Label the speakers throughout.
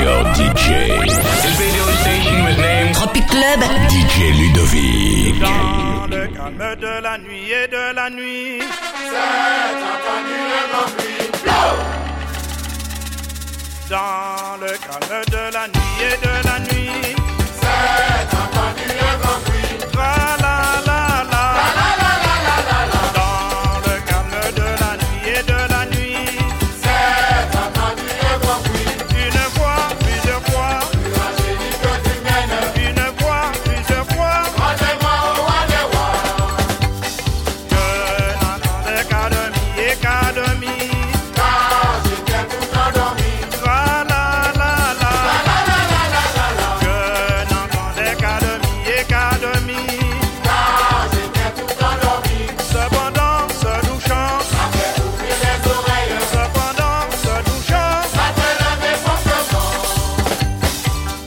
Speaker 1: DJ.
Speaker 2: This radio station was named
Speaker 3: Tropic Club.
Speaker 1: DJ Ludovic.
Speaker 4: Dans le calme de la nuit et de la nuit. C'est un Dans le calme de la nuit et de la nuit. C'est un la la la. Dans le calme de la nuit et de la nuit. Une voix, plusieurs voix. Une voix, plusieurs voix. Je n'entendais qu'à demi et qu'à demi. La la la la. Je n'entendais qu'à demi et qu'à demi. Cependant, se douchant. Cependant, se douchant.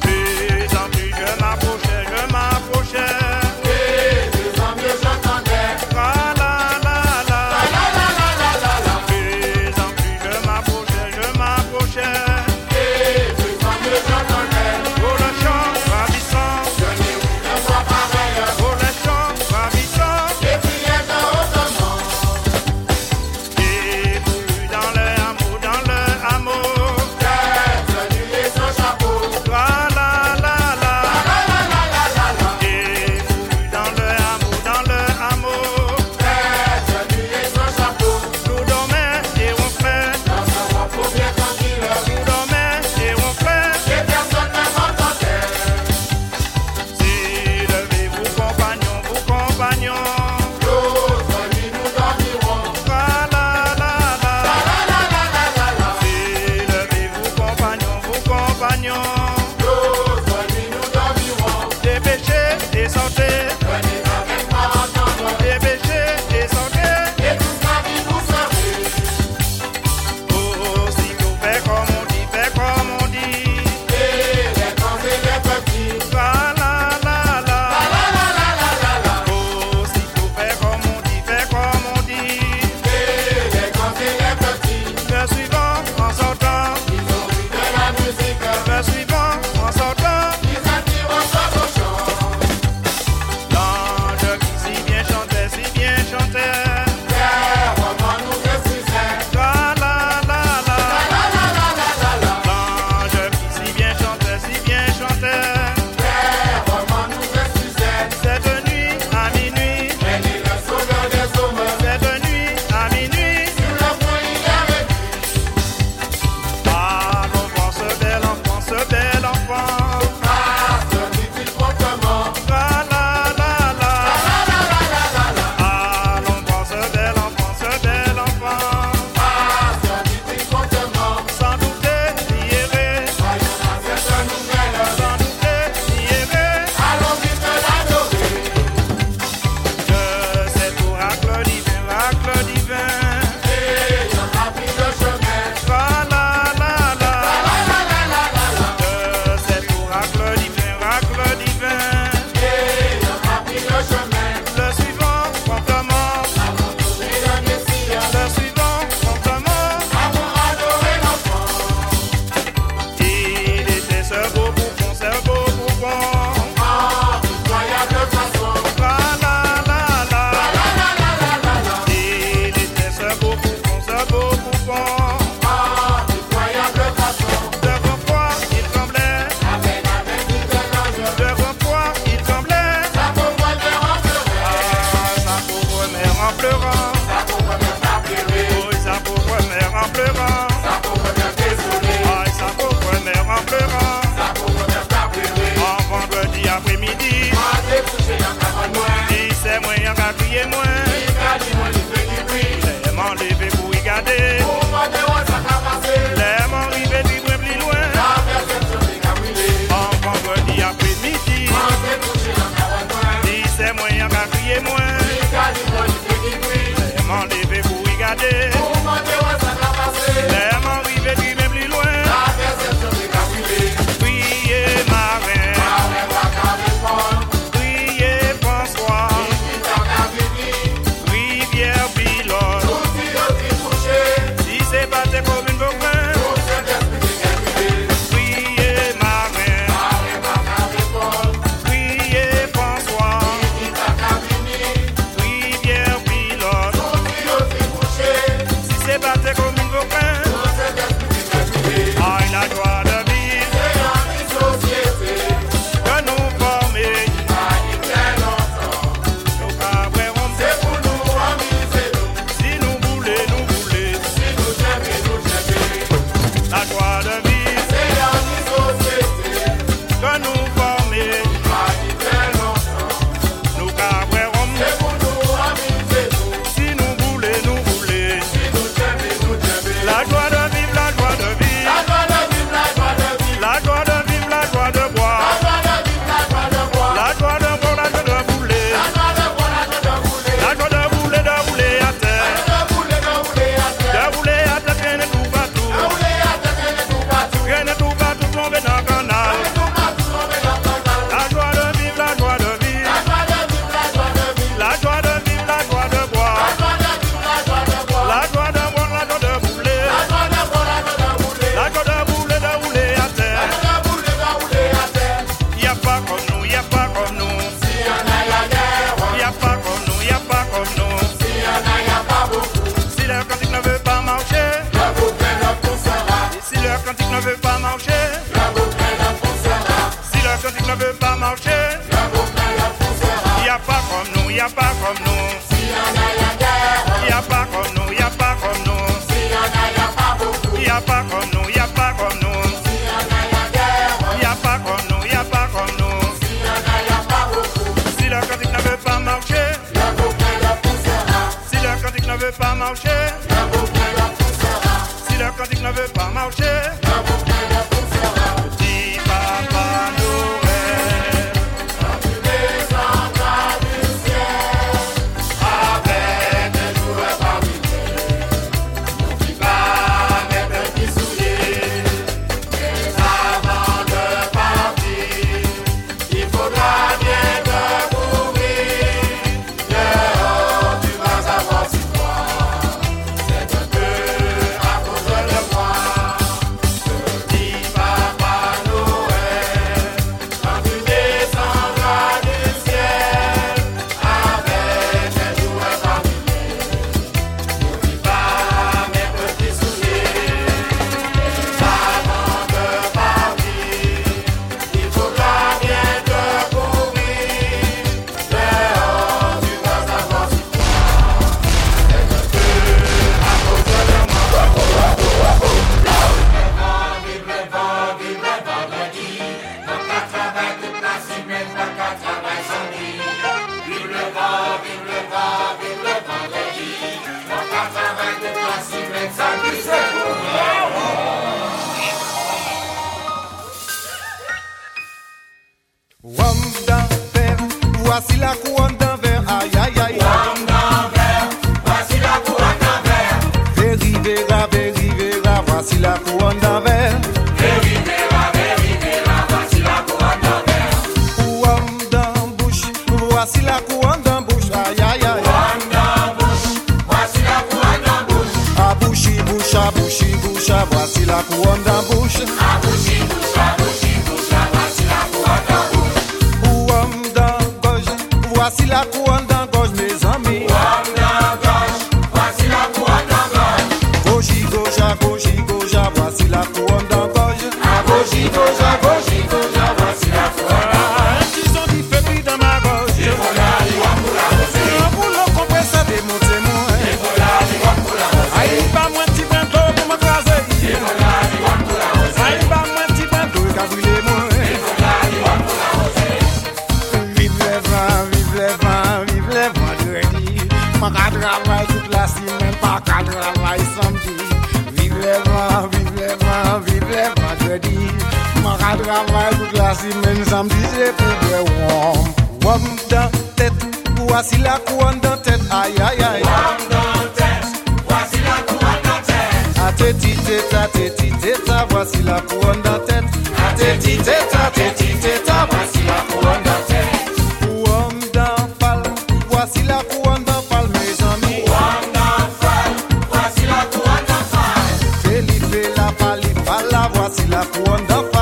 Speaker 4: Plus en plus, je m'approchais, je m'approchais. La la la la. Plus en plus, je m'approchais, je m'approchais. Pour le chant ravissant, pour le chant ravissant, et plus dans le hameau, dans le hameau. La la la la. Et plus dans le hameau, dans le hameau. Nous dormons et on fait, nous dormons et on fait. Si levez vous compagnons, vous compagnons. La la la la. Si levez vous compagnons, vous compagnons. Dépêchez et sortez, dépêchez et sortez. Oh, si vous faites comme on dit, faites comme on dit. La la la la. Oh, si vous faites comme on dit, faites comme on dit. Le suivant en sortant, le suivant en sortant. L'ange qui si bien chantait, si bien chantait. La la la la. L'ange qui si bien chantait, si bien chantait. Cette nuit à minuit, cette nuit à minuit. Ah, l'enfant, ce bel enfant, ce bel enfant. La la la la. Ah, l'enfant, ce bel enfant, ce bel enfant. Sans douter, j'y irai. Sans douter, j'y irai. De cet oracle divin, oracle divin. La la la la. De cet oracle divin, oracle divin. Le suivant, promptement. Le suivant, promptement. Il était ce beau bouffon, ce beau bouffon. La la la la. Il était ce beau bouffon, ce beau bouffon. Devant toi, il tremblait. Devant toi, il tremblait. Ah, sa pauvre mère en pleurant. Oh, sa pauvre mère en pleurant. Ah, sa pauvre mère en pleurant. En vendredi après-midi, il s'est moins en crier moins. Les m'en levé pour y garder. Les m'en rivé du moins plus loin. En vendredi après-midi, il s'est moins en crier moins. Les m'en levé pour y garder. Les m'en rivé du même plus loin. Priez ma reine, priez François, rivière Billon. Si c'est pas tes communes, vos frères. Priez ma cantique ne veut pas marcher, la Si le cantique ne veut pas marcher, la Il n'y a pas comme nous, il n'y a pas comme nous. Il n'y a pas comme nous, il n'y a pas comme nous. Il n'y a pas comme nous, il n'y a pas comme nous. Il n'y a pas comme nous, il n'y a pas comme nous. Si le cantique ne veut pas marcher, si le cantique ne veut pas marcher, si le cantique ne veut pas marcher, dis papa Noël.
Speaker 3: Wanda vert, voici la couronne d'un verre. Aïe aïe aïe. Wanda vert, voici la couronne d'un verre. Verivera, verivera, voici la couronne d'un verre. Verivera, verivera, voici la couronne d'un verre. Couronne d'un bouche, voici la couronne d'un bouche. Aïe aïe aïe. A bouche, bouche, à bouche, bouche, à voici la couronne d'un bouche. A bouche, bouche, à bouche, bouche, voici la couronne d'un gauche. Voici la couronne d'un gauche, mes amis. Gauche, gauche, à gauche, gauche, à voici la couronne d'un gauche. Artisans qui fait pis dans ma gauche. Yon boulot compresse à démonter moi. Aïe, pas moins petit bandeau pour m'écraser. Aïe, pas moins petit bandeau qui a brûlé moi. Vive le vent, vive le vent, vive le vendredi. Pas qu'à travailler toute la semaine, pas qu'à travailler samedi. Vive le vent, vive le vent, vive le vendredi. Pas qu'à travailler toute la semaine, samedi c'est pour le warm. Warm dans tête, voici la couronne dans tête, aïe aïe aïe. A tête, tête, à tête, tête, à voici la couronne dans tête. A tête, tête, à tête, tête, à voici la couronne dans tête. Ouam dan fal, wasi la kouan dan fal, mes ami Felipe la pali pala, wasi la kouan dan fal oh,